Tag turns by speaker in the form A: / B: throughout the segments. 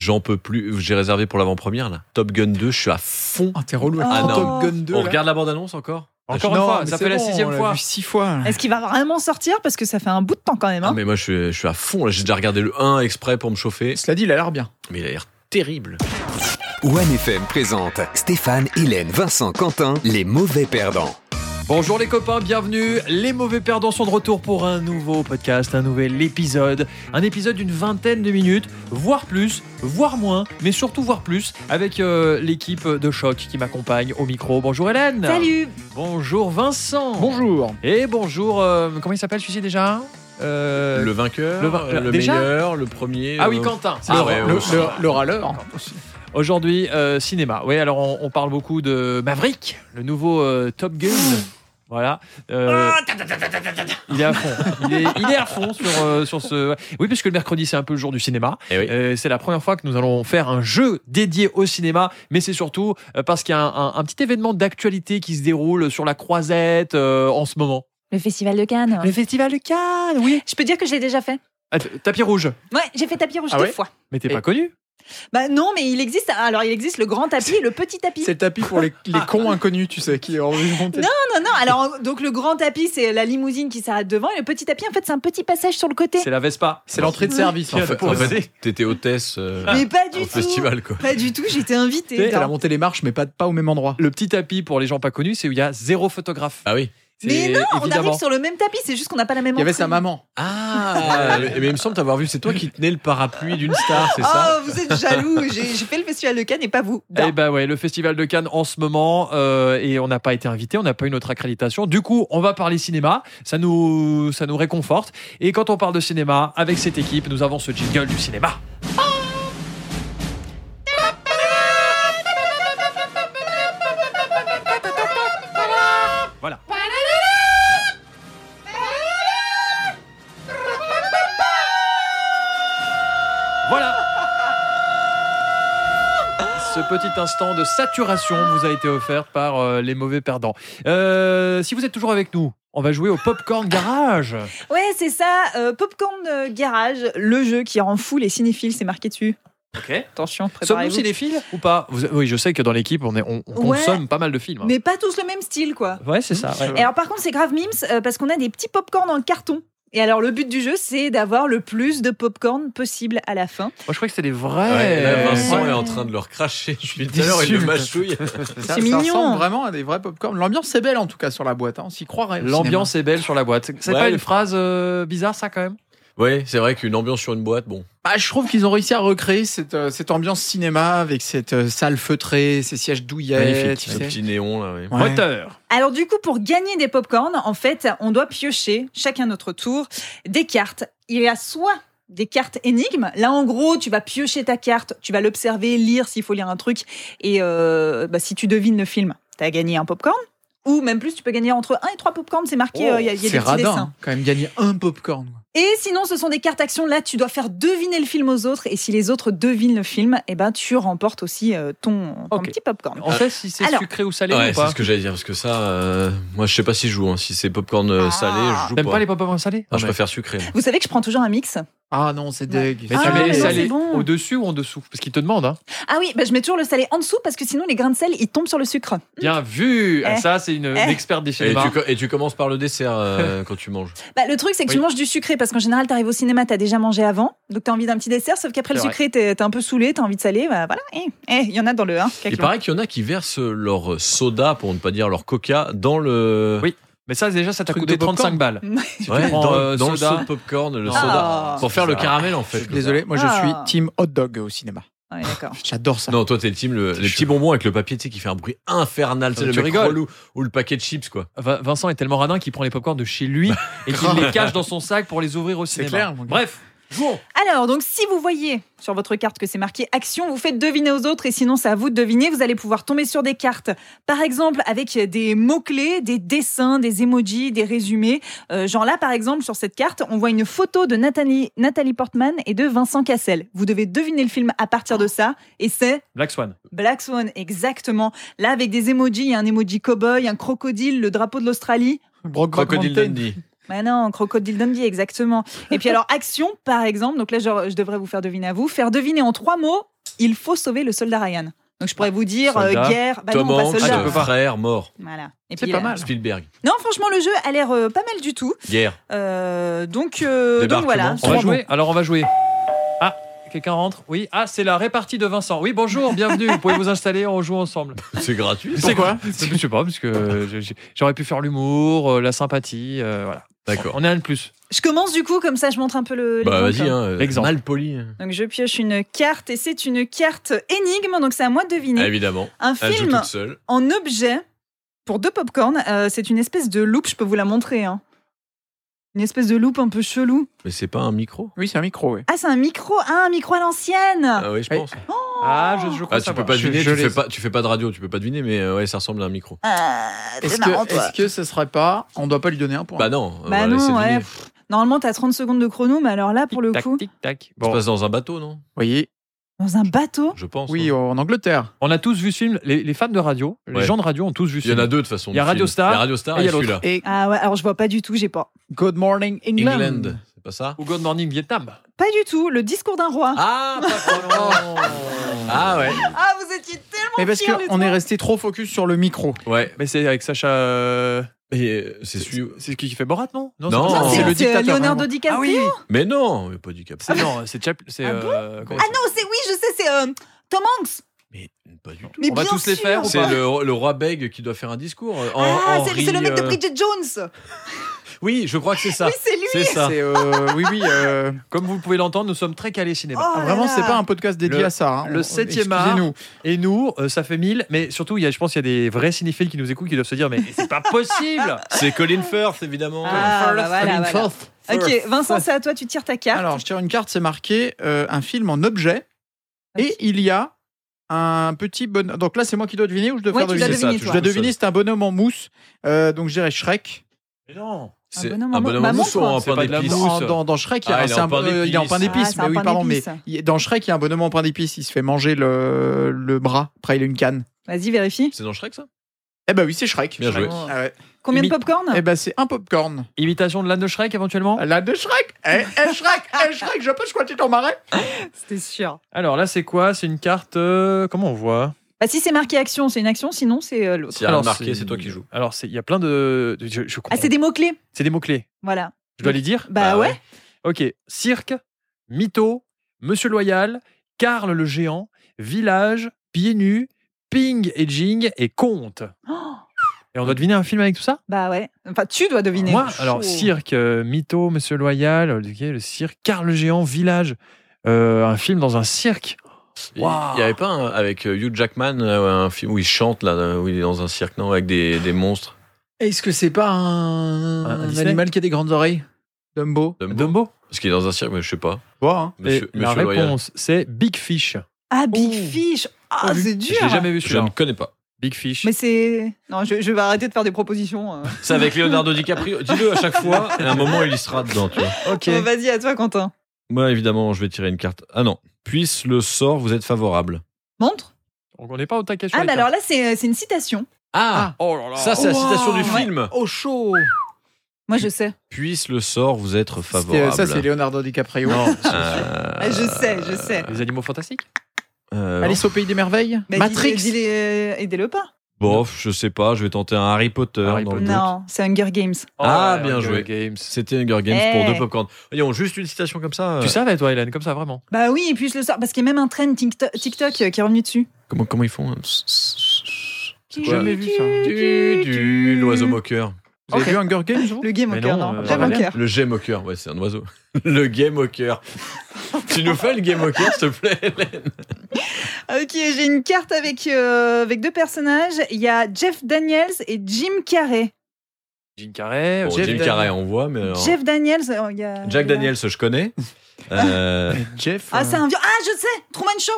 A: J'en peux plus. J'ai réservé pour l'avant-première, là. Top Gun 2, je suis à fond.
B: Ah, t'es relou avec
C: Ah
B: ton
A: non.
B: Top Gun 2.
A: on
B: là.
A: regarde la bande-annonce encore Encore
B: Non,
A: une fois,
B: mais
A: ça
B: c'est
A: fait la
B: bon,
A: sixième
B: on
A: fois.
B: vu six fois.
C: Est-ce qu'il va vraiment sortir Parce que ça fait un bout de temps quand même.
A: Ah,
C: hein.
A: mais moi, je suis, je suis à fond. là. J'ai déjà regardé le 1 exprès pour me chauffer.
B: Cela dit, il a l'air bien.
A: Mais il a l'air terrible.
D: OneFM présente Stéphane, Hélène, Vincent, Quentin, les mauvais perdants.
A: Bonjour les copains, bienvenue. Les mauvais perdants sont de retour pour un nouveau podcast, un nouvel épisode. Un épisode d'une vingtaine de minutes, voire plus, voire moins, mais surtout voire plus, avec euh, l'équipe de choc qui m'accompagne au micro. Bonjour Hélène.
C: Salut
A: Bonjour Vincent.
B: Bonjour.
A: Et bonjour, euh, comment il s'appelle celui-ci déjà Euh,
E: Le vainqueur, le,
A: Le vain- le déjà
E: meilleur, le premier.
A: Ah oui,
E: euh,
A: Quentin.
E: Ah
B: le,
A: ça.
E: ouais,
B: le-
E: ouais.
B: le- le râleur.
A: Aujourd'hui, euh, cinéma. Oui, alors on, on parle beaucoup de Maverick, le nouveau euh, Top Gun. Voilà. Euh,
E: Ah,
A: il est à fond. Il est, il est à fond sur, euh, sur ce. Oui, puisque le mercredi, c'est un peu le jour du cinéma.
E: Eh oui.
A: Euh, c'est la première fois que nous allons faire un jeu dédié au cinéma, mais c'est surtout euh, parce qu'il y a un, un- un petit événement d'actualité qui se déroule sur la croisette euh, en ce moment.
F: Le festival de Cannes.
A: Le Festival de Cannes, oui.
C: Je peux dire que je l'ai déjà fait.
A: Ah, t- Tapis rouge.
C: Ouais, j'ai fait tapis rouge
B: Ah
C: deux
B: ouais
C: fois.
A: Mais t'es
B: Et-
A: pas connu.
C: Bah non, mais il existe. Alors il existe le grand tapis et le petit tapis.
B: C'est le tapis pour les,
A: Ah.
B: les cons inconnus, tu sais, qui ont envie de monter.
C: Non, non, non. Alors donc le grand tapis, c'est la limousine qui s'arrête devant et le petit tapis, en fait, c'est un petit passage sur le côté.
A: C'est la Vespa.
B: C'est l'entrée de service.
A: Tiens,
B: En fait.
A: pour
E: en
A: oser.
E: fait, t'étais hôtesse euh,
C: Mais pas du
E: au
C: tout.
E: festival, quoi.
C: Pas du tout. J'étais invitée.
B: Elle a monté les marches, mais pas, pas au même endroit.
A: Le petit tapis pour les gens pas connus, c'est où il y a zéro photographe.
E: Ah oui.
C: Mais
A: C'est
C: non, on
A: évidemment.
C: arrive sur le même tapis. C'est juste qu'on n'a pas la même.
B: Il y avait
C: entrée.
B: sa maman.
E: Ah, mais mais il me semble t'avoir vu, c'est toi qui tenais le parapluie d'une star, c'est ça
C: Oh, vous êtes jaloux. J'ai j'ai fait le festival de Cannes et pas vous.
A: Eh ben ouais, le festival de Cannes en ce moment euh, et on n'a pas été invité, on n'a pas eu notre accréditation. Du coup, on va parler cinéma, ça nous ça nous réconforte. Et quand on parle de cinéma avec cette équipe, nous avons ce jingle du cinéma. Voilà. Voilà. Ce petit instant de saturation vous a été offert par euh, les mauvais perdants. Euh, si vous êtes toujours avec nous, on va jouer au Popcorn Garage.
C: Ouais, c'est ça. euh, Popcorn euh, Garage, le jeu qui rend fou les cinéphiles. C'est marqué dessus.
A: Ok.
C: Attention,
A: Sommes-nous
C: préparez-vous.
A: cinéphiles ou pas Vous- Oui, je sais que dans l'équipe, on, est- on- on
C: Ouais.
A: consomme pas mal de films. hein.
C: Mais pas tous le même style, quoi.
A: Ouais, c'est ça. ouais.
C: Et alors par contre, c'est grave mimes euh, parce qu'on a des petits popcorn dans le carton. Et alors le but du jeu, c'est d'avoir le plus de popcorn possible à la fin.
A: Moi, je crois que c'est des
E: Ouais,
A: vrais. euh,
E: là, Vincent
C: Ouais.
E: est en train de leur cracher. Je suis tout à l'heure, il le mâchouille.
B: Ça,
C: C'est
B: ça
C: mignon.
B: ressemble vraiment à des vrais popcorn. L'ambiance est belle en tout cas sur la boîte. hein. On s'y croirait. au
A: L'ambiance est belle sur la boîte. C'est
E: Ouais.
A: pas une phrase euh, bizarre, ça, quand même
E: Ouais, c'est vrai qu'une ambiance sur une boîte, bon.
B: Ah, je trouve qu'ils ont réussi à recréer cette, euh, cette ambiance cinéma avec cette euh, salle feutrée, ces sièges douillets.
A: Magnifique,
B: tu
E: Ce
B: sais.
E: petit néon, là, ouais.
B: Ouais.
A: Moteur
C: Alors du coup, pour gagner des popcorn, en fait, on doit piocher chacun notre tour des cartes. Il y a soit des cartes énigmes. Là, en gros, tu vas piocher ta carte, tu vas l'observer, lire s'il faut lire un truc, et euh, bah, si tu devines le film, t'as gagné un popcorn. Ou même plus, tu peux gagner entre 1 et 3 popcorn. C'est marqué, euh, il y a, il y a
B: Oh, C'est
C: des petits
B: radin
C: dessins.
B: hein, quand même gagner un popcorn.
C: Et sinon, ce sont des cartes actions. Là, tu dois faire deviner le film aux autres. Et si les autres devinent le film, eh ben, tu remportes aussi euh, ton, ton
A: Ok.
C: petit popcorn.
A: On sait si c'est
C: Alors-
A: sucré ou salé
E: Ouais,
A: ou
E: c'est
A: pas
E: ce que j'allais dire, parce que ça, euh, moi je sais pas si je joue, hein. si c'est popcorn
C: Ah.
E: euh, salé, je joue
A: T'aimes
E: pas.
A: pas les popcorn salés
E: Ah, je
A: Non, mais-
E: préfère sucré. moi.
C: Vous savez que je prends toujours un mix.
B: Ah non, c'est dégueu.
A: Mais tu
C: Ah,
A: mets les
C: mais non,
A: salés
C: c'est bon.
A: au-dessus ou en dessous Parce qu'ils te demandent, hein.
C: Ah oui, ben, je mets toujours le salé en dessous parce que sinon, les grains de sel, ils tombent sur le sucre.
A: Bien vu Ah,
C: Mm. Eh.
A: Ça, c'est une, une experte des
E: Et
A: cinémas.
E: tu, co- et tu commences par le dessert euh, quand tu manges.
C: Bah, le truc, c'est que tu
A: Oui.
C: manges du sucré parce qu'en général, t'arrives au cinéma, t'as déjà mangé avant. Donc, t'as envie d'un petit dessert. Sauf qu'après le
A: C'est vrai.
C: sucré, t'es t'es un peu saoulé, t'as envie de salé. Bah, voilà. Eh, eh, il y en a dans le 1.
E: Il paraît qu'il y en a qui versent leur soda, pour ne pas dire leur coca, dans le.
A: Oui, Mais ça, déjà, ça t'a
B: Truc
A: coûté
B: de popcorn.
A: 35 balles. Si tu
E: Ouais,
A: prends,
E: dans,
A: euh,
E: dans le
A: soda.
E: saut de popcorn, le
A: Non.
E: soda.
C: Ah.
E: Pour faire le caramel, en
B: Je
E: fait.
B: suis désolé, moi je suis
C: Ah.
B: team hot dog au cinéma.
C: Ouais, d'accord.
B: J'adore ça.
E: Non, toi, t'es le team, le- les
A: chaud.
E: petits bonbons avec le papier, tu sais, qui fait un bruit infernal. C'est
A: mais
E: le
A: tu
E: mec
A: rigoles.
E: relou. Ou le paquet de chips, quoi.
A: Vin- Vincent est tellement radin qu'il prend les popcorns de chez
E: Bah,
A: lui et qu'il les cache dans son sac pour les ouvrir au cinéma.
B: clair, mon gars.
A: Bref, jouons
C: Alors, donc, si vous voyez sur votre carte que c'est marqué action, vous faites deviner aux autres et sinon, c'est à vous de deviner. Vous allez pouvoir tomber sur des cartes, par exemple, avec des mots-clés, des dessins, des emojis, des résumés. Euh, genre là, par exemple, sur cette carte, on voit une photo de Nathalie, Nathalie Portman et de Vincent Cassel. Vous devez deviner le film à partir de ça et c'est
A: Black Swan.
C: Black Swan, exactement. Là, avec des emojis, il y a un emoji cowboy, un crocodile, le drapeau de l'Australie.
B: Brock Brock
E: Crocodile
B: Mountain.
E: Dundee.
C: Mais non, Crocodile Dundee, exactement. Et puis alors, action, par exemple, donc là, je, je devrais vous faire deviner à vous, faire deviner en trois mots Il faut sauver le soldat Ryan. Donc je pourrais vous dire euh,
A: Soldat,
C: guerre, bah
E: Tom
C: non, pas
E: Hanks,
C: soldat.
E: euh, frère mort.
C: Voilà. Et
B: C'est
C: puis,
B: pas
C: euh,
B: mal.
E: Spielberg,
C: Non, franchement, le jeu a l'air euh, pas mal du tout.
E: guerre.
C: Euh, donc, euh, donc
E: Débarquement.
C: voilà.
A: On va
B: Trois
A: jouer Alors on va jouer. Ah, quelqu'un rentre Oui. Ah, c'est la répartie de Vincent. Oui, bonjour, bienvenue. Vous pouvez vous installer, on joue ensemble.
E: C'est gratuit.
A: C'est
B: Pourquoi
A: Je sais pas, parce que j'ai- j'ai- j'aurais pu faire l'humour, euh, la sympathie, euh, voilà.
E: D'accord.
A: On est un de plus.
C: Je commence du coup, comme ça je montre un peu le.
E: Bah
C: l'exemple.
E: vas-y, hein, euh,
A: L'exemple.
E: mal poli.
C: Donc je pioche une carte et c'est une carte énigme, donc c'est à moi de deviner.
E: Ah, Évidemment.
C: un
E: Elle joue
C: film
E: toute seule.
C: en objet pour deux popcorn, euh, c'est une espèce de loupe, je peux vous la montrer. hein. Une espèce de loupe un peu chelou.
E: Mais c'est pas un micro
B: Oui, c'est un micro, oui.
C: Ah, c'est un micro, ah, un micro à l'ancienne
E: Ah oui, je
B: Oui.
E: pense.
A: Ah, je, je crois
E: Ah, tu peux
A: savoir.
E: pas
B: Je-
E: deviner,
B: je
E: tu, fais
B: les-
E: pas, tu fais pas de radio, tu peux pas deviner, mais euh, ouais, ça ressemble à un micro.
C: Ah,
B: Est-ce
C: C'est marrant,
B: que,
C: toi.
B: est-ce que ce serait pas. On doit pas lui donner un point.
E: Bah non, on
C: Bah
E: va
C: non,
E: laisser deviner.
C: ouais. Normalement, t'as 30 secondes de chrono, mais alors là, pour le
A: Tic-tac,
C: coup,
A: tic-tac.
E: Ça se
A: Bon,
E: passe dans un bateau, non
B: voyez
C: dans un bateau.
E: Je pense.
B: Oui,
E: non
B: en Angleterre.
A: on a tous vu ce film. Les, les fans de radio, les
E: Ouais.
A: gens de radio ont tous vu ce
E: oh, Il y en
A: film.
E: a deux de toute façon.
A: Il y a
E: de
A: Radio
E: films.
A: Star
E: Il y a Radio Star
A: et
E: et,
A: il y a
E: celui-là.
B: Et
C: Ah ouais, alors je vois pas du tout, j'ai pas.
B: Good Morning England.
E: England, c'est pas ça
A: Ou Good Morning Vietnam.
C: Pas du tout, le discours d'un roi. Ah,
E: Ah, pas trop
C: Oh.
E: loin. Ah ouais.
C: vous étiez
B: Mais parce
C: fiers, Ah, les
B: qu'on
C: trois.
B: est resté trop focus sur le micro.
E: Ouais.
A: Mais c'est avec Sacha. euh,
E: Et euh, c'est celui.
A: C'est qui qui fait Borat, non
E: Non,
A: pas ça.
E: Oh,
C: c'est euh,
E: c'est
B: le dictateur,
C: Leonardo
B: vraiment.
C: DiCaprio.
A: Ah oui,
E: Mais non, mais pas du cap.
A: c'est non, c'est Chap- c'est,
C: Ah bon
A: euh, comment il
C: Ah
A: s'appelle
C: non, c'est oui, je sais, c'est euh, Tom Hanks.
E: Mais pas du tout.
C: Mais
A: On va
C: bien
A: tous les
C: sûr.
A: faire ou pas
E: C'est le, le roi Beg qui doit faire un discours. euh, en-
C: Ah,
E: en
C: c'est c'est le
E: riz,
C: mec de
E: euh,
C: Bridget Jones.
E: Oui, je crois que c'est ça.
C: Oui, c'est lui.
E: C'est ça.
B: C'est, euh, oui, oui. euh,
A: Comme vous pouvez l'entendre, nous sommes très calés cinéma.
C: Oh là
B: vraiment,
C: là.
B: c'est pas un podcast dédié
A: Le-
B: à ça. hein.
A: le
B: On-
A: septième art.
B: Excusez-nous.
A: Et nous, euh, ça fait 1000, mais surtout, il y a, je pense qu'il y a des vrais cinéphiles qui nous écoutent qui doivent se dire Mais c'est pas possible
E: C'est Colin Firth, évidemment.
C: Ah, bah voilà,
B: Colin
C: voilà.
B: Firth.
C: Ok, Vincent, c'est à toi, tu tires ta carte.
B: Alors, je tire une carte, c'est marqué euh, un film en objet. Et il y a un petit bonhomme. Donc là, c'est moi qui dois deviner ou je dois
C: Ouais,
B: faire
C: tu dois
B: deviner
E: C'est ça,
C: deviner,
E: tu
B: Je
C: toi.
B: dois
E: tout seul.
B: deviner, c'est un bonhomme en mousse. Euh, donc, je dirais Shrek.
A: Mais non
E: C'est
C: Un
E: un
C: bonhomme
E: bonhomme en
C: en Ah, bah maman,
E: mousse ou en
A: quoi. C'est
E: pain
A: pas de la
E: d'épices
A: mousse.
B: Dans, dans- dans Shrek, il y a-
E: Ah, il est
B: c'est
E: en
B: un-
E: pain
B: euh, il est en pain
E: d'épices.
B: d'épices.
C: Ah, c'est un
B: mais oui,
C: pain
B: pardon, mais
C: d'épices.
B: il- dans Shrek, il y a un bonhomme en pain d'épices. Il se fait manger le, le bras. Après, il a une canne.
C: Vas-y, vérifie.
E: C'est dans Shrek, ça
B: Eh ben oui, c'est Shrek.
E: Bien joué.
B: Ah ouais.
C: Combien de
A: Imi-
C: popcorn
B: Eh ben, c'est un popcorn.
A: Imitation de l'âne de Shrek éventuellement
B: La de Shrek. Eh, eh, Shrek. Eh, Shrek. Je peux squatter ton marais.
C: C'était sûr.
A: Alors là, c'est quoi C'est une carte. euh, comment on voit
C: Bah, si c'est marqué action, c'est une action, sinon c'est euh, l'autre.
E: Si y a rien
A: Alors,
E: de marqué, c'est toi qui joues.
A: Alors, c'est- il y a plein de. de- je, je comprends.
C: Ah, c'est des mots-clés.
A: c'est des mots-clés.
C: Voilà.
A: Je dois les dire
C: Bah,
E: Bah
C: ouais.
E: ouais.
A: Ok. Cirque, mytho, Monsieur Loyal, Karl le géant, village, pieds nus, ping et jing et conte.
C: Oh,
A: Et on doit deviner un film avec tout ça
C: bah ouais. Enfin, tu dois deviner.
A: Moi,
C: Chaud.
A: alors, cirque, euh, mytho, Monsieur Loyal, euh, ok, le cirque, Karl le géant, village, euh, un film dans un cirque.
E: Ah Il
A: Waouh.
E: il y avait pas un- avec euh, Hugh Jackman euh, un film où il chante là, euh, où il est dans un cirque, non, avec des, des monstres.
B: Est-ce que c'est pas
A: Un-
B: un,
A: un Disney animal
B: qui a des grandes oreilles Dumbo.
E: Dumbo.
A: Dumbo
E: Parce qu'il est dans un cirque, mais je sais pas.
B: Bon, hein.
E: Monsieur,
A: Et La
E: Monsieur Loyal.
A: réponse, c'est Big Fish.
C: Ah, Big
B: Ouh.
C: Fish. Ah,
B: Oh. Pas vu.
C: c'est dur.
A: J'ai jamais vu
E: Je
A: celui-là.
E: ne connais pas.
A: Big Fish.
C: Mais c'est. Non, je, je vais arrêter de faire des propositions. euh.
E: C'est avec Leonardo DiCaprio. Dis-le à chaque fois, et à un moment, il y sera dedans, tu vois.
A: Ok.
C: Euh, Vas-y, à toi, Quentin.
E: Moi, évidemment, je vais tirer une carte. Ah non. Puisse le sort vous êtes favorable.
C: Montre.
A: Donc on n'est pas au taquet sur
C: Ah,
A: les
C: bah
A: cartes.
C: alors là, c'est c'est une citation.
E: Ah,
A: Oh là là.
E: Ça, c'est la
B: Wow.
E: citation du
B: Ouais.
E: film.
B: Au chaud.
C: Moi, je
B: Euh,
C: sais.
E: Puisse le sort vous être
B: C'était- euh,
E: favorable.
B: Ça, c'est Leonardo DiCaprio.
A: Non,
E: Euh,
C: Ah, je sais, je sais.
A: les animaux fantastiques
E: euh,
B: Alice au pays des merveilles.
C: Bah,
B: Matrix.
C: dis- dis-les- Aidez-le pas.
E: bof, je sais pas, je vais tenter un Harry Potter.
A: Harry
B: Euh,
E: dans le doute.
C: Non, c'est Hunger Games.
E: Ah,
A: ouais,
E: bien
A: Oh, Hunger
E: joué.
A: Games.
E: C'était Hunger Games
C: Eh.
E: pour deux popcorn. Voyons, juste une citation comme ça. euh,
A: Tu savais, toi, Hélène, comme ça, vraiment
C: Bah oui, et puis je le sors. Parce qu'il y a même un trend TikTok, TikTok, euh, qui est revenu dessus.
E: Comment, comment ils font hein
C: J'ai
E: quoi
B: Jamais vu ça.
E: Du, du, L'oiseau moqueur.
B: Vous avez
C: Ok.
B: vu Hunger Games vous
C: Le game
A: Mais
C: au cœur,
A: non,
C: non.
A: euh,
C: J'aime
A: pas
C: au
A: mal.
C: cœur.
E: Le game moqueur, ouais, c'est un oiseau. le game moqueur. tu nous fais le game moqueur, s'il te plaît Hélène
C: Ok, j'ai une carte avec, euh, avec deux personnages. Il y a Jeff Daniels et Jim Carrey.
A: Jim Carrey.
E: Bon,
A: Jeff
E: Jim
A: Dan-
E: Carrey, on voit, mais alors-
C: Jeff Daniels, euh, il y a.
E: Jack
C: il y a-
E: Daniels, je connais. Euh,
B: Jeff.
C: Ah,
B: euh,
C: c'est un vieux. Ah, je sais Truman Show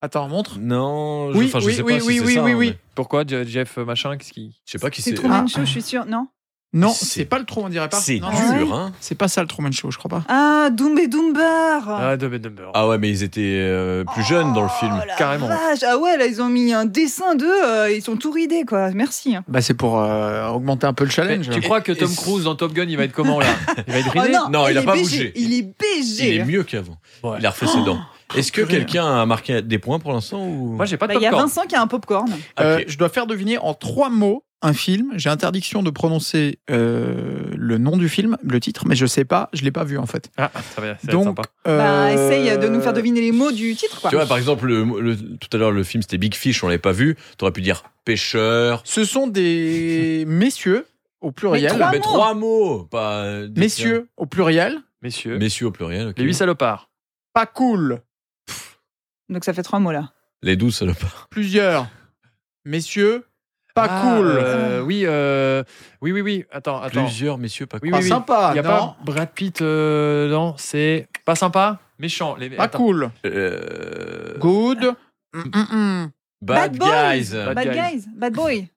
B: Attends, montre.
E: non, je,
B: Oui,
E: enfin, je
B: oui,
E: sais pas
B: oui,
E: si
B: oui,
E: c'est
B: oui,
E: ça,
B: oui,
E: hein,
B: oui.
E: mais
A: Pourquoi Je- Jeff euh, machin Qu'est-ce qui.
E: Je sais pas qui
C: C'est
E: c'est.
C: Truman
B: Ah.
C: Show, je suis sûre, non
B: Non,
E: C'est-
B: c'est pas le Truman, on dirait pas.
E: C'est
B: Non,
C: Ah ouais
E: dur, hein
B: C'est pas ça le Truman Show, je crois pas.
C: Ah, Doom et Doomber
A: Ah, Dumb and Dumber.
E: Ah ouais, mais ils étaient euh, plus jeunes dans le film.
C: Oh la
A: carrément.
C: vache. Ah ouais, là, ils ont mis un dessin d'eux, euh, ils sont tout ridés, quoi. Merci. hein.
B: Bah, c'est pour euh, augmenter un peu le
A: Mais
B: challenge.
A: tu crois que
E: Et-
A: Tom
E: et-
A: Cruise dans Top Gun, il va être comment là Il va être
C: Oh
A: ridé
E: non, il a
C: est
E: pas
C: BG.
E: bougé.
C: Il est
E: Il
C: BG.
E: est mieux qu'avant.
A: Ouais.
E: Il a refait ses dents. Est-ce que
B: purée.
E: quelqu'un a marqué des points pour l'instant ou... Ah,
A: Moi, j'ai pas de
C: Bah, Il y a
A: popcorn.
C: Vincent qui a un popcorn.
B: Euh,
E: Ok.
B: je dois faire deviner en trois mots un film. J'ai interdiction de prononcer euh, le nom du film, le titre, mais je sais pas, je l'ai pas vu en fait.
A: Ah, ça va, ça va être
B: Donc,
A: sympa.
C: Bah,
B: euh,
C: essaye de nous faire deviner les mots du titre. Quoi.
E: Tu vois, par exemple, le- le- tout à l'heure, le film, c'était Big Fish, on l'avait pas vu. T'aurais pu dire pêcheur.
B: Ce sont des messieurs au pluriel.
C: Trois
E: mais
C: mots.
E: trois mots, pas... euh, des-
B: Ah Messieurs au pluriel.
A: Messieurs,
E: Messieurs au pluriel, ok.
A: les huit salopards.
B: Pas cool.
C: Donc ça fait trois mots là.
E: Les douze salopards.
B: Plusieurs. Messieurs. Pas
A: Ah,
B: cool.
A: euh, oui, euh, oui, oui, oui. Attends, attends.
E: Plusieurs messieurs, pas cool.
A: Oui,
B: pas
A: oui, oui.
B: sympa.
A: Il y a
B: Ah, non
A: pas Brad Pitt euh, non, c'est pas sympa, méchant. Les...
B: Pas
A: attends. Euh,
B: cool.
E: Euh,
B: Good. Mm, mm, mm.
E: Bad,
C: Bad Boys.
E: Guys.
A: Bad
C: Bad,
A: Guys.
C: guys. Bad Boy.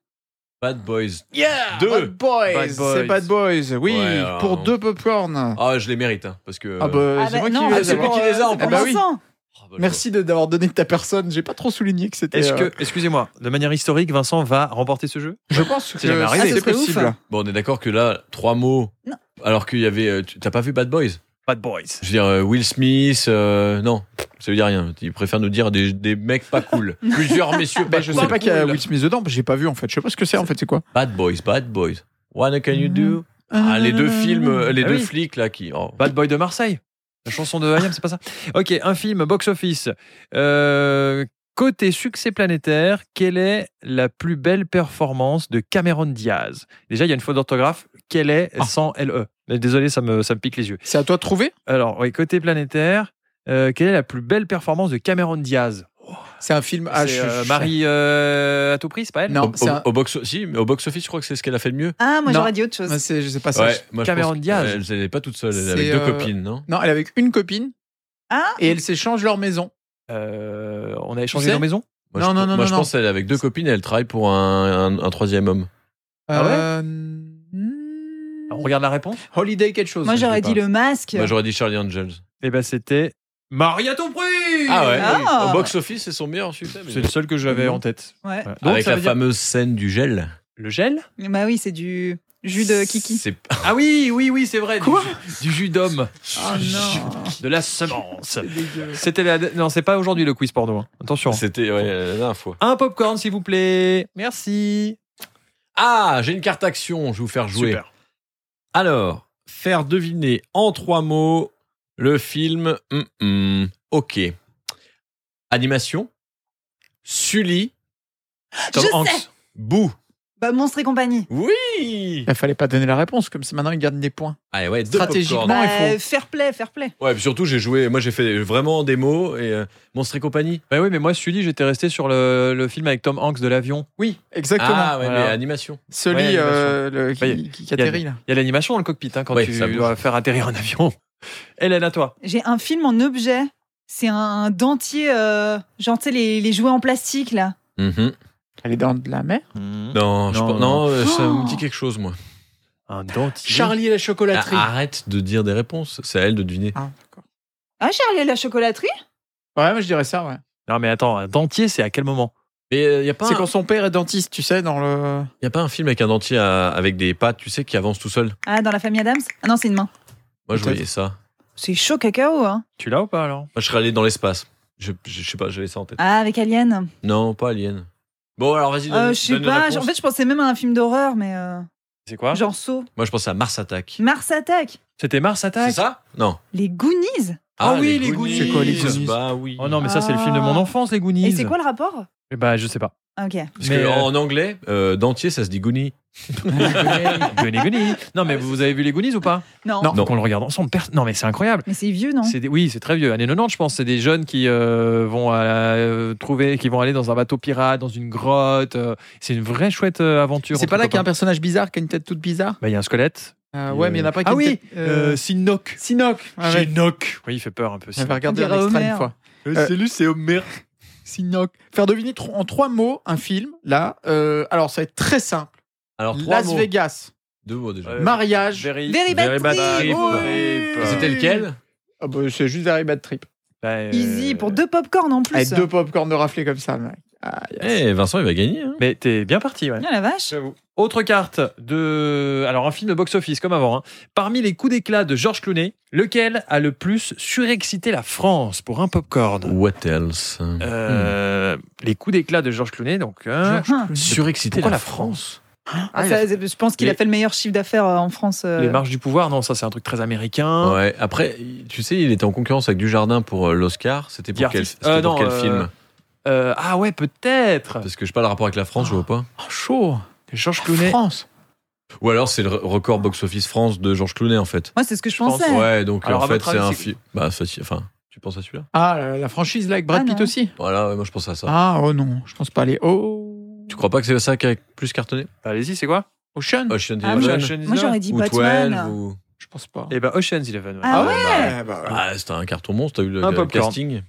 E: Bad Boys.
B: Yeah.
E: Deux.
B: Bad boys.
A: Bad Boys. euh,
B: C'est bad boys. Oui.
E: Ouais, alors-
B: Pour deux popcorn.
E: Ah, je les mérite, hein, parce que...
B: Ah bah,
C: Ah
B: c'est
C: bah,
B: moi
C: non,
B: qui
E: ah,
B: vais les
E: c'est
B: avoir.
E: moi qui les ai en
C: Pour
B: Ah bah oui.
C: Vincent.
E: Ah, bah,
B: Merci de- d'avoir donné de ta personne. J'ai pas trop souligné que c'était.
A: Est-ce
B: euh,
A: que, excusez-moi, de manière historique, Vincent va remporter ce jeu
B: je pense que
A: jamais arrivé.
C: Ah, ce
B: c'est
C: serait ouf.
B: possible.
E: Bon, on est d'accord que là, trois mots.
C: Non.
E: Alors qu'il y avait. euh, tu- T'as pas vu Bad Boys
A: Bad Boys.
E: Je veux dire, euh, Will Smith. euh, non, ça veut dire rien. Ils préfèrent nous dire des, des mecs pas cool. Plusieurs messieurs pas
B: Bah, je sais pas qu'il y a Will Smith dedans, mais j'ai pas vu en fait. Je sais pas ce que c'est en fait. C'est quoi
E: Bad Boys, Bad Boys. What can you do ah, Les deux films, euh, les
A: Ah
E: deux
A: oui.
E: flics là qui. oh.
A: Bad Boy de Marseille. La chanson de IAM, c'est pas ça. Ok, un film, box-office. Euh, côté succès planétaire, quelle est la plus belle performance de Cameron Diaz Déjà, il y a une faute d'orthographe. Quelle est sans LE Mais Désolé, ça me, ça me pique les yeux.
B: C'est à toi de trouver.
A: Alors, oui, côté planétaire, euh, quelle est la plus belle performance de Cameron Diaz
B: C'est un film. Ah,
A: C'est,
B: je-
A: euh,
B: je-
A: Marie euh, à tout prix, c'est pas elle
B: Non,
E: au,
B: c'est
E: au-
B: un-
E: au box si, mais au box office, je crois que c'est ce qu'elle a fait de mieux.
C: Ah, moi
B: Non.
C: j'aurais dit autre chose.
B: Ah, c'est- je sais pas ça.
E: Ouais, moi, je
A: Cameron
E: pense que-
A: Diaz.
E: Elle elle est pas toute seule, elle est
B: C'est,
E: avec deux
B: euh,
E: copines, non
B: Non, elle est avec une copine
C: Ah,
B: et elles s'échangent leur maison.
A: Euh, On a
B: Tu
A: échangé
B: sais
A: nos maisons
E: Moi,
B: non,
E: je,
B: non, non,
E: moi,
B: non,
E: je
B: non.
E: pense qu'elle est avec deux copines et elle travaille pour un, un- un troisième homme.
A: Ah ouais
B: Euh, hmm,
A: On regarde la réponse
B: Holiday quelque chose.
C: moi
B: je sais
C: j'aurais
B: pas.
C: dit le masque.
E: Moi, j'aurais dit Charlie Angels.
A: Eh ben, c'était Marie à tout prix
E: Ah ouais.
C: Ah.
E: Au box office, c'est son meilleur succès. mais-
A: C'est le seul que j'avais en tête.
C: Ouais.
A: Ouais. Donc,
E: Avec
A: ça
E: la
A: veut dire-
E: fameuse scène du gel.
A: Le gel
C: Bah oui, c'est du jus de Kiki.
E: C'est
A: Ah oui, oui, oui, c'est vrai.
B: Quoi
A: du, jus- du jus d'homme,
C: Oh non.
A: de la semence.
B: dégueu.
A: C'était la... Non, c'est pas aujourd'hui le quiz porno. hein. Attention.
E: C'était ouais, la dernière fois.
A: Un popcorn, s'il vous plaît. Merci.
E: Ah, j'ai une carte action, je vais vous faire jouer.
A: Super.
E: Alors, faire deviner en trois mots le film. hum, hum. Ok. Animation. Sully.
A: Tom
C: Je
A: Hanks.
E: Boo.
C: Bah, monstre et compagnie.
E: Oui.
B: Il fallait pas donner la réponse, comme c'est maintenant ils gardent des points.
E: Allez, ouais, deux
B: Stratégiquement,
E: popcorn.
B: il
C: Bah,
B: faut.
C: fair play, fair play.
E: Ouais, puis surtout, j'ai joué. Moi, j'ai fait vraiment des mots et euh, Monstre et compagnie.
A: Bah oui, mais moi, celui j'étais resté sur le, le film avec Tom Hanks de l'avion.
B: Oui, exactement.
E: Ah, ouais,
A: Voilà.
E: mais animation.
B: Celui
A: Ouais,
B: euh, le-
A: Ouais,
B: qui, qui
A: y a-
B: atterrit là.
A: Il y a l'animation dans le cockpit hein, quand
E: Ouais,
A: tu
E: ça bouge.
A: dois faire atterrir un avion. Hélène, à toi.
C: J'ai un film en objet. C'est un dentier, euh, genre, tu sais, les, les jouets en plastique, là.
E: Mhm.
B: Elle est dans de la mer.
A: Mmh.
E: Non, je
A: Non,
E: pense-
A: non.
E: non, euh, ça
C: Oh.
E: me dit quelque chose, moi.
A: Un dentier.
B: Charlie et la chocolaterie.
E: Ah, arrête de dire des réponses. C'est à elle de deviner.
B: Ah, d'accord.
C: Ah, Charlie et la chocolaterie
B: Ouais, moi je dirais ça, ouais.
A: Non, mais attends, un dentier, c'est à quel moment
E: Mais il n'y a, pas
B: C'est
E: un-
B: quand son père est dentiste, tu sais, dans le.
E: y a pas un film avec un dentier à- avec des pattes, tu sais, qui avance tout seul
C: Ah, dans la famille Adams Ah non, c'est une main.
E: Moi, je
B: Peut-être.
E: voyais ça.
C: C'est chaud cacao, hein.
A: Tu l'as ou pas alors
E: Moi, je serais allé dans l'espace. Je, je, je sais pas, j'avais ça en tête.
C: Ah, avec Alien.
E: Non, pas Alien. Bon, alors vas-y, donne,
C: Euh, je sais
E: donne une
C: pas.
E: réponse.
C: En fait, je pensais même à un film d'horreur, mais euh,
A: C'est quoi
C: genre saut.
E: Moi, je pensais à Mars Attack.
C: Mars Attack.
A: C'était Mars
E: C'est
A: Attack
E: ça Non.
C: Les Goonies.
A: Ah oui, les Goonies.
B: C'est quoi, les Goonies
E: Bah oui.
A: Oh non, mais ça, c'est le film de mon enfance, les Goonies.
C: Ah. Et c'est quoi le rapport
A: Eh ben, je sais pas.
C: Ah, Ok.
E: Parce
A: Mais,
E: que
A: euh,
E: en anglais, euh, dentier, ça se dit Goonie.
A: Goonies, Goonies. Non, mais vous avez vu les Goonies ou pas
C: Non.
E: Non.
A: Donc on le regarde ensemble. Pers- Non, mais c'est incroyable.
C: Mais c'est vieux, non
A: C'est des- Oui, c'est très vieux, années 90, je pense. C'est des jeunes qui euh, vont à la- euh, trouver, qui vont aller dans un bateau pirate, dans une grotte. euh, C'est une vraie chouette euh, aventure.
B: C'est pas là qu'il y a un
A: Bah,
B: personnage bizarre qui a une tête toute bizarre
A: Il y a un squelette.
B: Euh,
A: Et,
B: Ouais, mais il y en a pas qui
A: Ah
B: a une
A: oui,
B: tête, euh,
A: euh, Sinoc.
B: Sinoc. Ah ouais.
A: Sinoc. Oui, il fait peur un peu.
B: J'avais regardé
C: On
B: un
C: dirait
B: extra une
C: Homer.
B: fois. Euh,
A: C'est lui, c'est Homer.
B: Sinoc. Faire deviner tro- en trois mots un film, là. Euh, alors, ça va être très simple.
E: Alors, trois
B: Las
E: mots. Euh,
B: Vegas,
E: Deux mots déjà.
A: Ouais.
B: mariage.
C: Very Bad
E: Very Bad
C: Trip.
E: Trip.
B: Oh.
E: Et C'était lequel
B: Ah bah, c'est juste Harry Bad Trip.
A: Bah, euh,
C: Easy, pour deux popcorn en plus.
B: Avec deux popcorn de raflés comme ça, le mec.
E: Eh, Vincent, il va gagner. hein.
A: Mais t'es bien parti, ouais.
C: Ah, la vache.
A: Autre carte de. Alors, un film de box-office, comme avant. hein. Parmi les coups d'éclat de Georges Clooney, lequel a le plus surexcité la France pour un popcorn
E: What else
A: Euh, Les coups d'éclat de Georges Clooney, donc. hein.
C: Ah,
E: Surexcité
A: Pourquoi
E: la
A: la
E: France.
C: Hein ça, je pense qu'il Ah, a
A: les-
C: fait le meilleur chiffre d'affaires euh, en France. euh,
A: Les marches du pouvoir, non, ça c'est un truc très américain.
E: Ouais. Après, tu sais, il était en concurrence avec Dujardin pour euh, l'Oscar. C'était
A: The
E: pour quel,
A: Artist.
E: c'était
A: Euh,
E: pour
A: non,
E: quel
A: euh,
E: film
A: Euh, ah ouais, peut-être.
E: Parce que je sais pas le rapport avec la France, je vois pas.
B: Oh, chaud.
A: Georges Clooney.
B: France.
E: Ou alors c'est le re- record box-office France de Georges Clooney en fait.
C: Moi, c'est ce que je,
A: Je pense,
C: pensais.
E: Ouais, donc
A: Alors,
E: en
A: à
E: fait
A: votre
E: c'est
A: avis,
E: un
A: c'est-
E: film. Bah, ça, si- enfin, tu penses à celui-là
B: Ah, la, la franchise là avec Brad
C: Ah,
B: Pitt
C: non.
B: aussi.
E: Voilà, ouais, moi je pense à ça.
B: Ah, oh non, je pense pas aller. Oh.
E: Tu crois pas que c'est ça qui a plus cartonné
A: Bah, Allez-y, c'est quoi
B: Ocean
E: Ocean
C: Ah,
E: Eleven
C: Moi, j'aurais dit
E: ou
C: Batman.
E: 12 ou...
B: Je pense pas.
A: Et bah Ocean's Eleven. ouais.
C: Ah ouais
B: Ouais, bah,
E: Ah, c'était un carton monstre, t'as vu le
A: Un
E: le
A: popcorn.
E: casting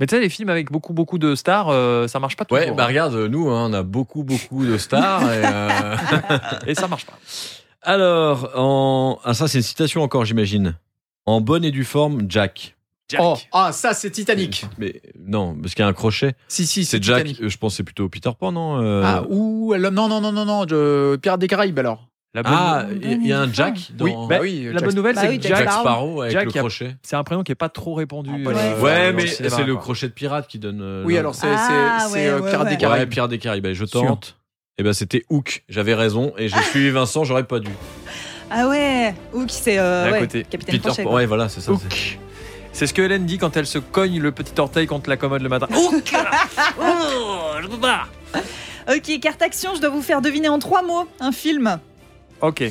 A: Mais tu sais, les films avec beaucoup beaucoup de stars, euh, ça marche pas toujours.
E: Ouais, bah regarde, nous, hein, on a beaucoup, beaucoup de stars. et, euh,
A: hein. Et ça marche pas.
E: Alors, en... ah, ça, c'est une citation encore, j'imagine. En bonne et due forme, Jack.
A: Jack.
B: Oh, ah, ça, c'est Titanic.
E: Mais non, parce qu'il y a un crochet.
B: Si, si,
E: C'est Jack,
B: Titanic.
E: euh, je pense que c'est plutôt Peter Pan, non euh,
B: Ah, ou. alors- Non, non, non, non, non, de Pirates des Caraïbes alors.
A: La bonne,
E: Ah,
C: bonne-
E: il y, il y a un Jack dans...
B: Oui, bah oui,
A: la
B: Jack-
A: bonne nouvelle,
C: Bah
A: c'est
C: oui,
A: que
E: Jack,
A: Jack,
E: Sparrow avec
A: Jack,
E: le
A: il y a-
E: crochet.
A: c'est un prénom qui est pas trop répandu.
B: Ah, pas
C: du
A: euh,
C: tout.
E: ouais,
A: dans
E: mais
A: cinéma,
E: c'est le
A: quoi.
E: crochet de pirate qui donne. euh,
B: Oui,
E: le-
B: alors c'est
C: Ah,
B: c'est- c'est,
C: ouais,
B: euh,
C: ouais, ouais.
B: Pirates des
E: Ouais,
B: Caraïbes.
E: Pierre des Caraïbes, je
B: Sûr.
E: tente. Et ben c'était Hook, j'avais raison et j'ai suivi Vincent, j'aurais pas dû.
C: Ah ouais. Ou qui c'est euh,
A: D'à
C: ouais,
A: côté.
C: Capitaine
E: Peter
C: Crochet.
E: Pan,
C: quoi.
E: ouais voilà, c'est ça. c'est-
A: Hook. C'est ce que Hélène dit quand elle se cogne le petit orteil contre la commode le matin. Hook Oh, je peux pas.
C: Ok, carte action, je dois vous faire deviner en trois mots un film.
A: Ok. Il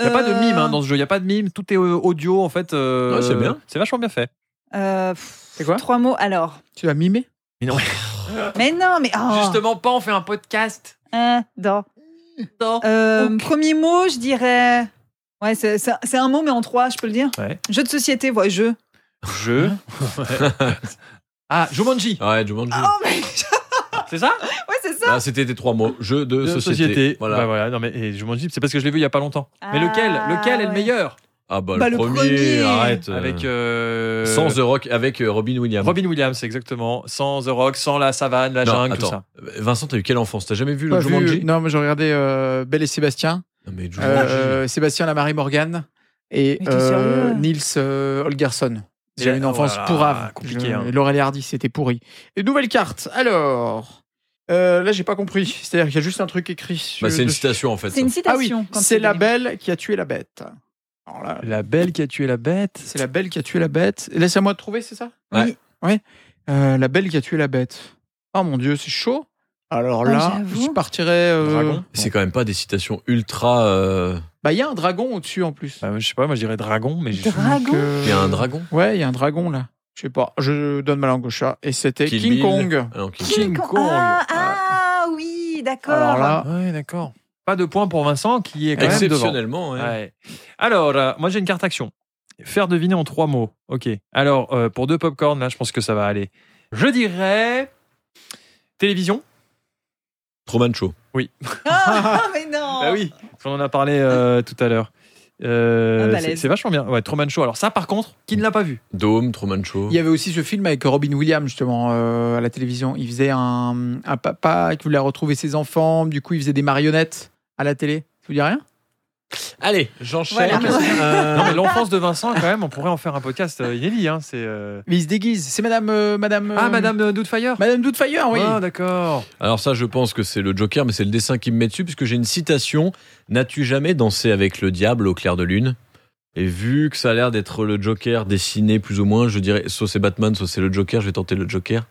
A: n'y a pas
C: Euh,
A: de mime hein, dans ce jeu. Il n'y a pas de mime. Tout est euh, audio en fait. euh,
E: Ouais, c'est bien.
A: C'est vachement bien fait.
C: Euh,
B: C'est quoi
C: Trois mots alors.
B: Tu l'as mimé
C: Mais non, mais. oh.
A: Justement, pas on fait un podcast.
C: Euh, dans. Euh, Premier mot, je dirais. Ouais, c'est c'est- c'est un mot, mais en trois, je peux le dire.
A: Ouais.
C: Jeu de société, ouais, jeu.
A: Jeu. ah, Jumanji.
E: Ouais, Jumanji.
C: Oh, mais.
A: C'est ça
C: Ouais, c'est ça.
E: Ah, c'était tes trois mots, jeu de,
A: Ah. de
E: société. Voilà.
A: Bah voilà, non mais et je m'en dis, c'est parce que je l'ai vu il y a pas longtemps. mais
C: Ah,
A: lequel Lequel est le
C: ouais.
A: meilleur
E: Ah bah,
C: Bah,
E: le,
C: le
E: premier,
C: premier.
E: arrête. euh,
A: Avec euh,
E: sans The Rock avec euh, Robin Williams.
A: Robin Williams, exactement. Sans The Rock, sans la savane, la
E: Non,
A: jungle,
E: attends.
A: tout ça.
E: Vincent, t'as eu quelle enfance T'as jamais vu le
B: Pas vu.
E: Jumanji
B: Non, mais j'ai regardé euh, Belle et Sébastien,
E: Non, mais Jumanji.
B: euh, Sébastien Lamarie Morgan et
C: Mais t'es
B: euh,
C: sérieux
B: Nils euh, Holgersson. J'ai
A: Et-
B: eu une enfance
A: oh là là,
B: pourrave.
A: compliqué,
B: Je-
A: hein.
B: et Laurel et Hardy, c'était pourri. Et nouvelle carte. Alors, euh, là, j'ai pas compris. C'est-à-dire qu'il y a juste un truc écrit. sur-
E: Bah, c'est une
B: dessus.
E: citation en fait.
C: C'est une
E: ça.
B: Ah oui,
C: citation. quand
B: c'est
C: tu
B: la
C: dis.
B: belle qui a tué la bête. Alors là,
A: La belle qui a tué la bête.
B: c'est la belle qui a tué la bête. Laisse-moi trouver, c'est ça
E: Ouais.
B: Ouais. Euh, la belle qui a tué la bête. Oh mon dieu, c'est chaud. Alors
C: Ah,
B: là,
C: j'avoue.
B: je partirais. euh,
A: Dragon
E: C'est quand même pas des citations ultra. euh,
B: Bah, il y a un dragon au-dessus en plus.
A: Bah, je sais pas, moi je dirais dragon, mais je-
B: Donc,
C: Dragon.
B: euh,
E: Il y a un dragon
B: Ouais, il y a un dragon là. Je sais pas, je donne ma langue au chat. Et c'était
E: Kill
B: King
E: Bill.
B: Kong.
E: Ah non, qui-
A: King Kong.
C: Ah, ah, oui, d'accord.
B: Alors là,
A: Ouais, d'accord. Pas de point pour Vincent qui est quand même devant.
E: Exceptionnellement, ouais.
A: Ouais. Alors, euh, moi j'ai une carte action. Faire deviner en trois mots. Ok. Alors, euh, pour deux popcorn, là, je pense que ça va aller. Je dirais télévision.
E: Truman Show.
C: Ah, mais non.
A: Bah oui, on en a parlé euh, tout à l'heure. Euh,
C: Ah, balèze.
A: c'est c'est vachement bien. Ouais, Truman Show. Alors ça, par contre, qui ne l'a pas vu
E: Dome, Truman Show.
B: il y avait aussi ce film avec Robin Williams justement euh, à la télévision. Il faisait un, un papa qui voulait retrouver ses enfants. Du coup, il faisait des marionnettes à la télé. Ça vous dit rien
E: Allez, j'enchaîne.
C: Voilà.
E: Euh,
A: Non, mais l'enfance de Vincent, quand même, on pourrait en faire un podcast euh, inédit. Hein, c'est euh,
B: Mais il se déguise. C'est Madame, euh, Madame.
A: ah,
B: euh,
A: Madame euh, Doubtfire.
B: Madame Doubtfire, oui.
A: Ah, d'accord.
E: Alors ça, je pense que c'est le Joker, mais c'est le dessin qui me met dessus, puisque j'ai une citation. N'as-tu jamais dansé avec le diable au clair de lune Et vu que ça a l'air d'être le Joker dessiné plus ou moins, je dirais, soit c'est Batman, soit c'est le Joker, je vais tenter le Joker.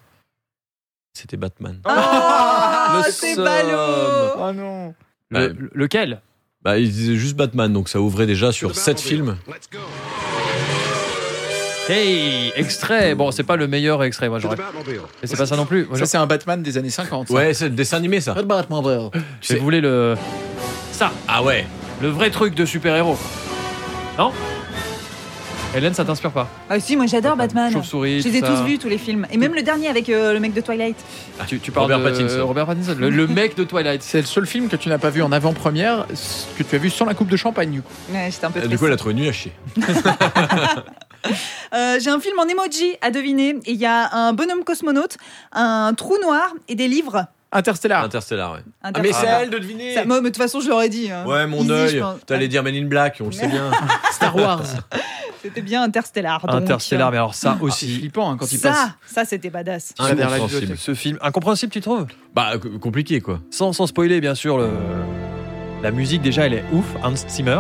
E: C'était Batman.
C: Ah,
E: Le
C: c'est
E: somme.
C: ballot.
B: Oh non.
A: Le-
E: Ouais.
A: le- lequel
E: Bah, il disait juste Batman, donc ça ouvrait déjà sur sept films.
A: Hey, extrait. Bon, c'est pas le meilleur extrait, moi j'aurais. Mais c'est pas ça non plus. Moi,
B: Ça, c'est un Batman des années 50. ça.
E: Ouais, c'est le dessin animé, ça.
B: Pas de Batman, frère.
A: je- mais vous voulez le ça,
E: Ah ouais.
A: le vrai truc de super héros Non Hélène, ça t'inspire pas
C: Ah si, moi j'adore Batman.
A: Chauve-souris.
C: Je
A: tout
C: les ai
A: ça.
C: tous vus, tous les films. Et même le dernier avec euh, le mec de Twilight.
A: Tu, tu parles
E: Robert
A: de
E: Pattinson.
A: Robert Pattinson, le, le mec de Twilight.
B: C'est le seul film que tu n'as pas vu en avant-première, ce que tu as vu sans la coupe de champagne. du coup.
C: Ouais, J'étais un peu
E: Du coup,
C: triste.
E: elle a trouvé nul à chier.
C: Euh, J'ai un film en emoji à deviner. Et Il y a un bonhomme cosmonaute, un trou noir et des livres.
B: Interstellar.
E: Interstellar, ouais. Ah, mais c'est
C: Interstellar.
E: à elle de deviner
C: Ça, moi, mais de toute façon, je l'aurais dit. hein.
E: Ouais, mon
C: Easy, je
E: œil.
C: pense.
E: T'allais dire Men in Black, on le sait bien.
B: Star Wars.
C: Ah, C'était bien Interstellar. donc, euh,
A: Interstellar, mais alors ça
B: C'est
A: aussi.
B: flippant hein, quand il passe.
C: ça, ça c'était badass.
B: Ah, derrière la
E: Incompréhensible.
A: Ce film, incompréhensible, tu trouves
E: Bah, co- compliqué, quoi.
A: sans, sans spoiler, bien sûr, le- la musique déjà elle est ouf, Hans Zimmer.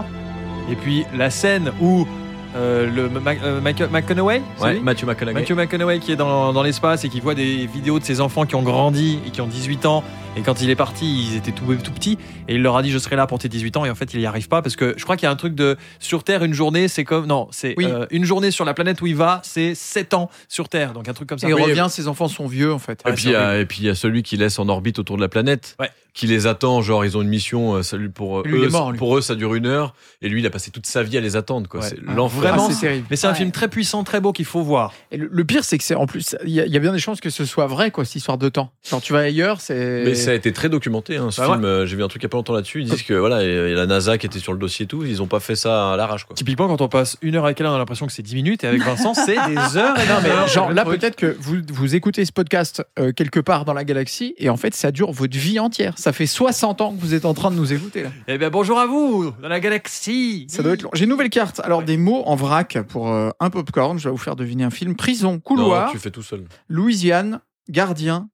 A: Et puis la scène où euh, le Ma- euh, Michael McConaughey, c'est
E: Ouais,
A: lui
E: Matthew McConaughey.
A: Matthew McConaughey qui est dans, dans l'espace et qui voit des vidéos de ses enfants qui ont grandi et qui ont 18 ans. Et quand il est parti, ils étaient tout, tout petits. Et il leur a dit Je serai là pour tes 18 ans. Et en fait, il n'y arrive pas parce que je crois qu'il y a un truc de sur Terre, une journée, c'est comme. Non, c'est
B: Oui.
A: euh, une journée sur la planète où il va, c'est 7 ans sur Terre. Donc un truc comme ça.
B: Et il
A: Oui,
B: revient, euh, ses enfants sont vieux en fait.
E: Et puis, il y a- et puis il y a celui qui laisse en orbite autour de la planète,
A: Ouais.
E: qui les attend, genre ils ont une mission, euh, ça, lui, pour, euh,
B: Lui, il
E: eux,
B: est mort, lui.
E: pour eux ça dure une heure, et lui il a passé toute sa vie à les attendre. quoi.
A: Ouais.
E: C'est
B: Ah,
E: l'enfer.
A: vraiment,
B: Ah, c'est terrible.
A: Mais c'est un
C: Ouais.
A: film très puissant, très beau qu'il faut voir.
B: Et le, le pire, c'est que c'est en plus, il y, a- il y a bien des chances que ce soit vrai, quoi, cette histoire de temps. Quand tu vas ailleurs, c'est.
E: Ah, Mais ça a été très documenté, hein, ce
A: Bah
E: film. euh, J'ai vu un truc il y a pas longtemps là-dessus. Ils disent que voilà, il y a la NASA qui était sur le dossier et tout, ils ont pas fait ça à l'arrache. quoi.
A: Typiquement, quand on passe une heure avec elle, on a l'impression que c'est 10 minutes, et avec Vincent, c'est des heures et
B: Non,
A: des heures.
B: mais genre là, peut-être que vous, vous écoutez ce podcast euh, quelque part dans la galaxie et en fait, ça dure votre vie entière. Ça fait 60 ans que vous êtes en train de nous écouter là.
A: Eh bien, bonjour à vous, dans la galaxie.
B: Ça doit être long. J'ai une nouvelle carte. Alors,
A: Ouais.
B: des mots en vrac pour euh, un popcorn. Je vais vous faire deviner un film. Prison,
E: Non,
B: couloir,
E: tu fais tout seul.
B: Louisiane, gardien,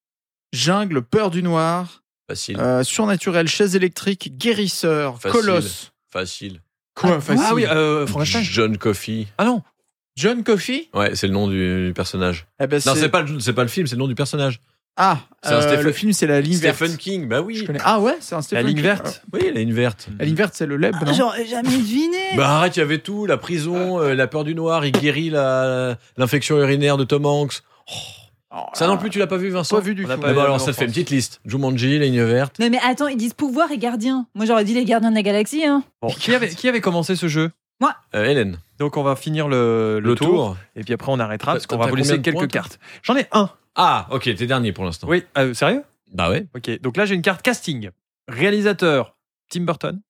B: jungle, peur du noir,
E: Facile.
B: euh, surnaturel, chaise électrique, guérisseur,
E: Facile.
B: colosse.
E: Facile.
B: Quoi, facile
A: Ah oui, euh, Frankenstein.
E: John Coffey.
A: Ah non,
B: John Coffey
E: Ouais, c'est le nom du, du personnage.
B: Eh ben,
E: Non, c'est pas, le- c'est pas le film, c'est le nom du personnage.
B: Ah,
E: C'est un
B: euh,
E: Stephen-
B: le film, c'est La ligne
E: Stephen
B: verte.
E: King, bah oui.
B: Je connais- Ah ouais, c'est un
A: la
B: Stephen
A: ligne
B: King.
A: verte.
E: Oui, il a une verte.
B: Euh, La ligne verte, c'est le
A: Ah,
B: leb, non
C: J'aurais jamais deviné.
E: Bah arrête, il y avait tout, la prison, euh, la peur du noir, il guérit la- l'infection urinaire de Tom Hanks. Oh, ça non plus, tu l'as pas vu Vincent
B: Ah, Pas vu du
A: On l'a
B: tout.
A: Ah. pas
E: Eh ben
A: vu,
E: alors
A: en
E: ça te fait une
A: France.
E: petite liste. Jumanji, la ligne verte.
C: Non mais attends, ils disent pouvoir et gardien. Moi j'aurais dit les gardiens de la galaxie. Hein.
A: Bon, qui, avait, qui avait commencé ce jeu
E: Euh, Hélène,
A: Donc, on va finir le,
E: le,
A: le
E: tour.
A: et puis après, on arrêtera, parce
E: T'as-
A: qu'on va
E: t'as
A: vous
E: combien
A: laisser
E: de
A: quelques
E: points, toi
A: cartes. J'en ai un.
E: Ah, ok, t'es dernier pour l'instant.
A: Oui, euh, sérieux
E: Bah ouais.
A: Ok, donc là, j'ai une carte casting. Réalisateur, Tim Burton.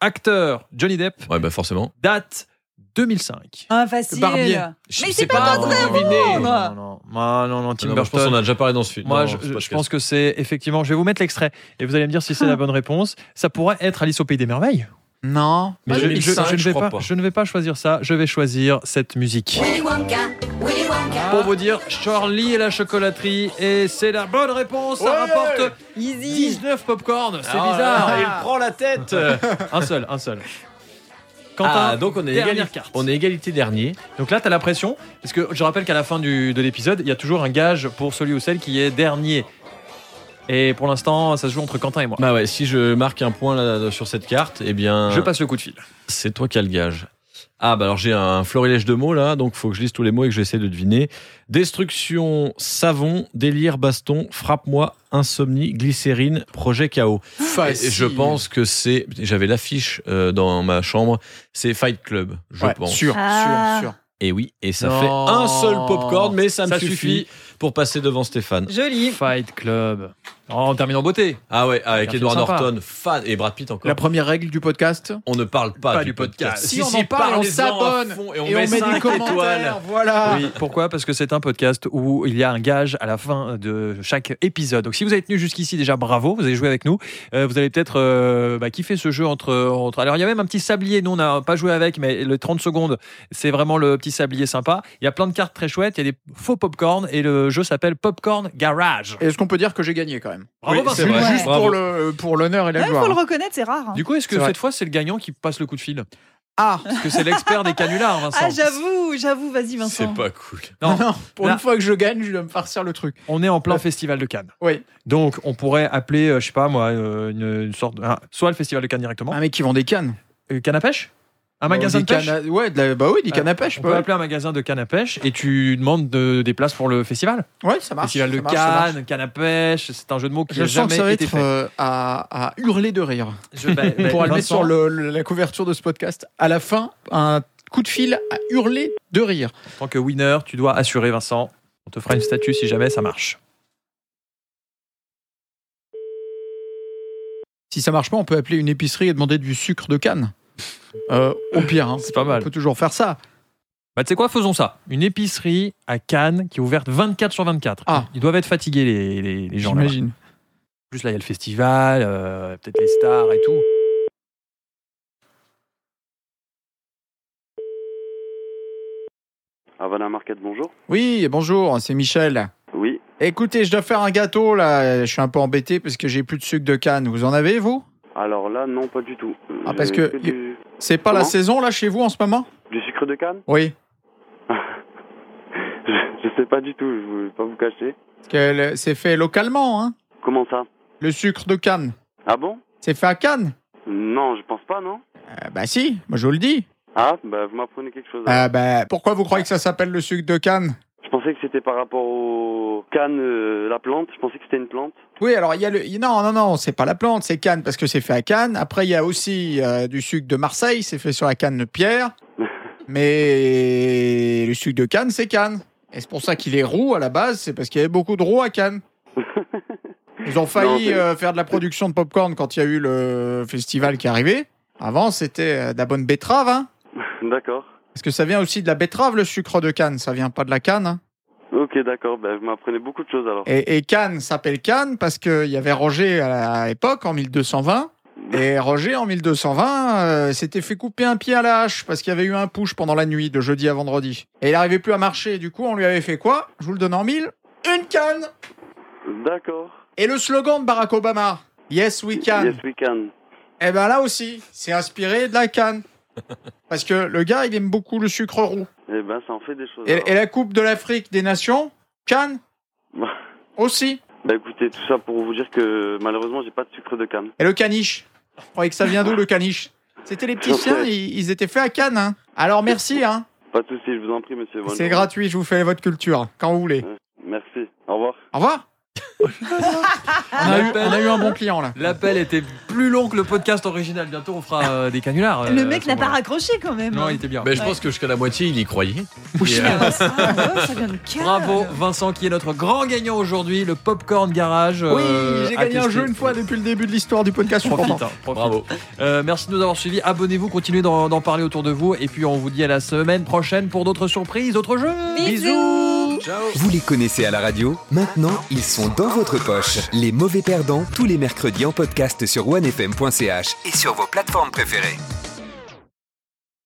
A: Acteur, Johnny Depp.
E: Ouais, bah forcément.
A: Date, 2005.
C: Ah facile.
B: Barbier.
C: Mais c'est pas
A: ton
E: vrai
A: Non,
C: Moi.
A: non, non, non, non, non,
E: Ah
A: Tim
E: Non, moi, je pense
A: Burton.
E: qu'on a déjà parlé dans ce film.
A: Moi,
E: Non,
A: je,
E: c'est pas
A: je
E: ce
A: pense que c'est effectivement. Je vais vous mettre l'extrait et vous allez me dire si c'est la bonne réponse. Ça pourrait être Alice au pays des merveilles.
B: Non.
A: Mais
E: Ah,
A: je, je-
E: 2005,
A: je ne
E: je
A: vais
E: crois
A: pas,
E: pas.
A: je ne vais pas choisir ça. Je vais choisir cette musique. Pour vous dire, Charlie et la chocolaterie et c'est la bonne réponse. Ça
E: Ouais.
A: rapporte
C: Easy.
A: 19 popcorn. C'est
E: Ah,
A: bizarre.
E: là, il prend la tête.
A: Un seul, un seul. Quentin,
E: ah, donc on est
A: dernière
E: égalité,
A: carte.
E: on est égalité dernier.
A: Donc là, t'as la pression, parce que je rappelle qu'à la fin du- de l'épisode, il y a toujours un gage pour celui ou celle qui est dernier. Et pour l'instant, ça se joue entre Quentin et moi.
E: Bah ouais, si je marque un point là, sur cette carte, eh bien,
A: Je passe le coup de fil.
E: c'est toi qui as le gage. Ah bah alors j'ai un florilège de mots là, donc faut que je lise tous les mots et que j'essaie de deviner. Destruction, savon, délire, baston, frappe-moi, insomnie, glycérine, projet chaos. Et
B: Facile.
E: je pense que c'est, j'avais l'affiche euh, dans ma chambre, c'est Fight Club, je
B: Ouais,
E: pense.
B: Sûr,
C: Ah.
B: sûr, sûr.
E: Et oui, et ça
A: Non.
E: fait un seul popcorn, mais ça me
A: Ça
E: suffit,
A: suffit.
E: pour passer devant Stéphane.
C: Joli.
A: Fight Club. Oh, on termine en beauté.
E: Ah ouais,
A: Un
E: avec
A: film
E: Edward
A: sympa.
E: Norton, fan et Brad Pitt encore.
B: La première règle du podcast.
E: On ne parle pas,
A: Pas
E: du
A: du
E: podcast.
A: podcast.
B: Si, on en parle, on
E: parlez-en à
B: s'abonne
E: fond
B: Et on met
E: cinq
B: des commentaires.
E: étoiles.
B: Voilà.
A: Oui, pourquoi Parce que c'est un podcast où il y a un gage à la fin de chaque épisode. Donc si vous avez tenu jusqu'ici déjà, bravo, vous avez joué avec nous. Euh, vous allez peut-être euh, bah, kiffer ce jeu entre, entre... Alors il y a même un petit sablier, nous on n'a pas joué avec, mais le 30 secondes, c'est vraiment le petit sablier sympa. Il y a plein de cartes très chouettes, il y a des faux popcorn et le jeu s'appelle Popcorn Garage.
B: Et Est-ce qu'on peut dire que j'ai gagné quand même
A: Bravo
E: Oui,
A: Vincent.
E: c'est vrai.
B: Juste
E: Bravo.
B: pour le- euh, pour l'honneur et
C: Il
B: la
C: faut le
B: gloire.
C: reconnaître, c'est rare. hein.
A: Du coup, est-ce que
B: C'est vrai.
A: cette fois c'est le gagnant qui passe le coup de fil
B: Ah
A: Parce que c'est l'expert des canulars, Vincent.
C: Ah j'avoue, j'avoue, vas-y Vincent.
E: C'est pas cool.
A: Non.
B: non, pour
A: Là.
B: une fois que je gagne, je dois me farcir le truc.
A: On est en plein festival de Cannes.
B: Euh, Oui.
A: Donc, on pourrait appeler, euh, je sais pas moi, euh, une, une sorte. de- ah, soit le festival de Cannes directement.
B: Un mec qui vend des cannes. Euh,
A: Euh, canne à pêche Un magasin
B: Des
A: de pêche
B: cannes à- Ouais, de la- bah oui, des
A: Ah,
B: cannes à pêche.
A: On
B: bah
A: peut
B: ouais.
A: appeler un magasin de canne à pêche et tu demandes de- des places pour le festival.
B: Ouais, ça marche.
A: festival de
B: ça marche, ça marche.
A: Cannes, canne à pêche, c'est un jeu de mots qui
B: Je
A: n'a
B: sens que
A: jamais
B: ça va
A: été
B: être
A: fait.
B: euh, à, à hurler de rire.
A: Je- bah,
B: On
A: bah,
B: pourra le mettre
A: Vincent,
B: sur le- le- la couverture de ce podcast. À la fin, un coup de fil à hurler de rire.
A: En tant que winner, tu dois assurer Vincent. On te fera une statue si jamais ça marche.
B: Si ça marche pas, on peut appeler une épicerie et demander du sucre de canne. Euh, au pire, hein.
A: C'est pas
B: on
A: mal.
B: peut toujours faire ça.
A: Bah, tu sais quoi, faisons ça. Une épicerie à Cannes qui est ouverte 24 sur 24.
B: Ah.
A: Ils doivent être fatigués, les, les- les gens. là-bas.
B: J'imagine.
A: plus là, il y a le festival, euh, peut-être les stars et tout.
F: Havana Market, bonjour.
B: Oui, bonjour, c'est Michel.
F: Oui,
B: Écoutez, je dois faire un gâteau là. Je suis un peu embêté parce que j'ai plus de sucre de canne. Vous en avez, vous
F: alors là, non, pas du tout.
B: Ah,
F: J'ai
B: parce que-
F: du,
B: C'est pas la
F: Comment
B: saison là chez vous en ce moment
F: du sucre de canne
B: Oui.
F: je, je sais pas du tout, je veux pas vous cacher.
B: Parce que le- c'est fait localement, hein
F: Comment ça
B: Le sucre de canne.
F: Ah bon
B: C'est fait à Cannes
F: Non, je pense pas, non
B: Euh, Bah si, moi je vous le dis.
F: Ah, bah vous m'apprenez quelque chose.
B: Ah bah, pourquoi vous croyez que ça s'appelle le sucre de canne
F: Je pensais que c'était par rapport au canne, euh, la plante. Je pensais que c'était une plante.
B: Oui, alors il y a le. Non, non, non, c'est pas la plante, c'est Cannes parce que c'est fait à Cannes. Après, il y a aussi euh, du sucre de Marseille, c'est fait sur la canne de pierre. Mais le sucre de Cannes, c'est Cannes. Et c'est pour ça qu'il est roux à la base, c'est parce qu'il y avait beaucoup de roux à Cannes. Ils ont failli
F: Non, mais-
B: euh, faire de la production de popcorn quand il y a eu le festival qui est arrivé. Avant, c'était euh, de la bonne betterave, hein.
F: D'accord.
B: Parce que ça vient aussi de la betterave, le sucre de Cannes. Ça vient pas de la canne, hein.
F: Ok, d'accord, bah vous m'apprenez beaucoup de choses alors.
B: Et, et Cannes s'appelle Cannes parce qu'il y avait Roger à l'époque, en 1220. Et Roger, en 1220, euh, s'était fait couper un pied à la hache parce qu'il y avait eu un push pendant la nuit, de jeudi à vendredi. Et il n'arrivait plus à marcher. Du coup, on lui avait fait quoi Je vous le donne en mille. Une canne
F: D'accord.
B: Et le slogan de Barack Obama Yes, we can.
F: Yes, we can.
B: Eh ben là aussi, c'est inspiré de la canne. Parce que le gars, il aime beaucoup le sucre roux.
F: Eh ben, ça en fait des choses.
B: Et,
F: alors.
B: et la Coupe de l'Afrique des Nations, Cannes aussi.
F: Bah écoutez, tout ça pour vous dire que malheureusement, j'ai pas de sucre de canne.
B: Et le caniche Vous croyez que ça vient d'où le caniche C'était les petits chiens, ils, ils étaient faits à Cannes. hein. Alors merci, hein.
F: Pas de soucis, je vous en prie, monsieur. Bonne
B: c'est
F: journée.
B: gratuit, je vous fais votre culture, quand vous voulez.
F: Merci. Au revoir.
B: Au revoir on, a eu, on a eu un bon client là.
A: L'appel était plus long que le podcast original. Bientôt, on fera euh, des canulars. euh,
C: Le
A: à
C: mec
A: ce
C: n'a pas
A: moment-là.
C: raccroché quand même. hein.
A: Non, il était bien.
E: Mais je pense que jusqu'à la moitié, il y croyait. Et, euh,
C: Ah, ça vient de Cannes.
A: Bravo Vincent qui est notre grand gagnant aujourd'hui, le Popcorn Garage.
B: Oui,
A: euh,
B: j'ai gagné un
A: attesté.
B: jeu une fois depuis le début de l'histoire du podcast. je suis
A: Profite,
B: content.
A: hein, profite.
E: Bravo.
A: Euh, merci de nous avoir suivis. Abonnez-vous, continuez d'en d'en parler autour de vous. Et puis on vous dit à la semaine prochaine pour d'autres surprises, d'autres jeux.
C: Bisous.
D: Vous les connaissez à la radio Maintenant, ils sont dans votre poche. Les mauvais perdants, tous les mercredis en podcast sur onefm.ch et sur vos plateformes préférées.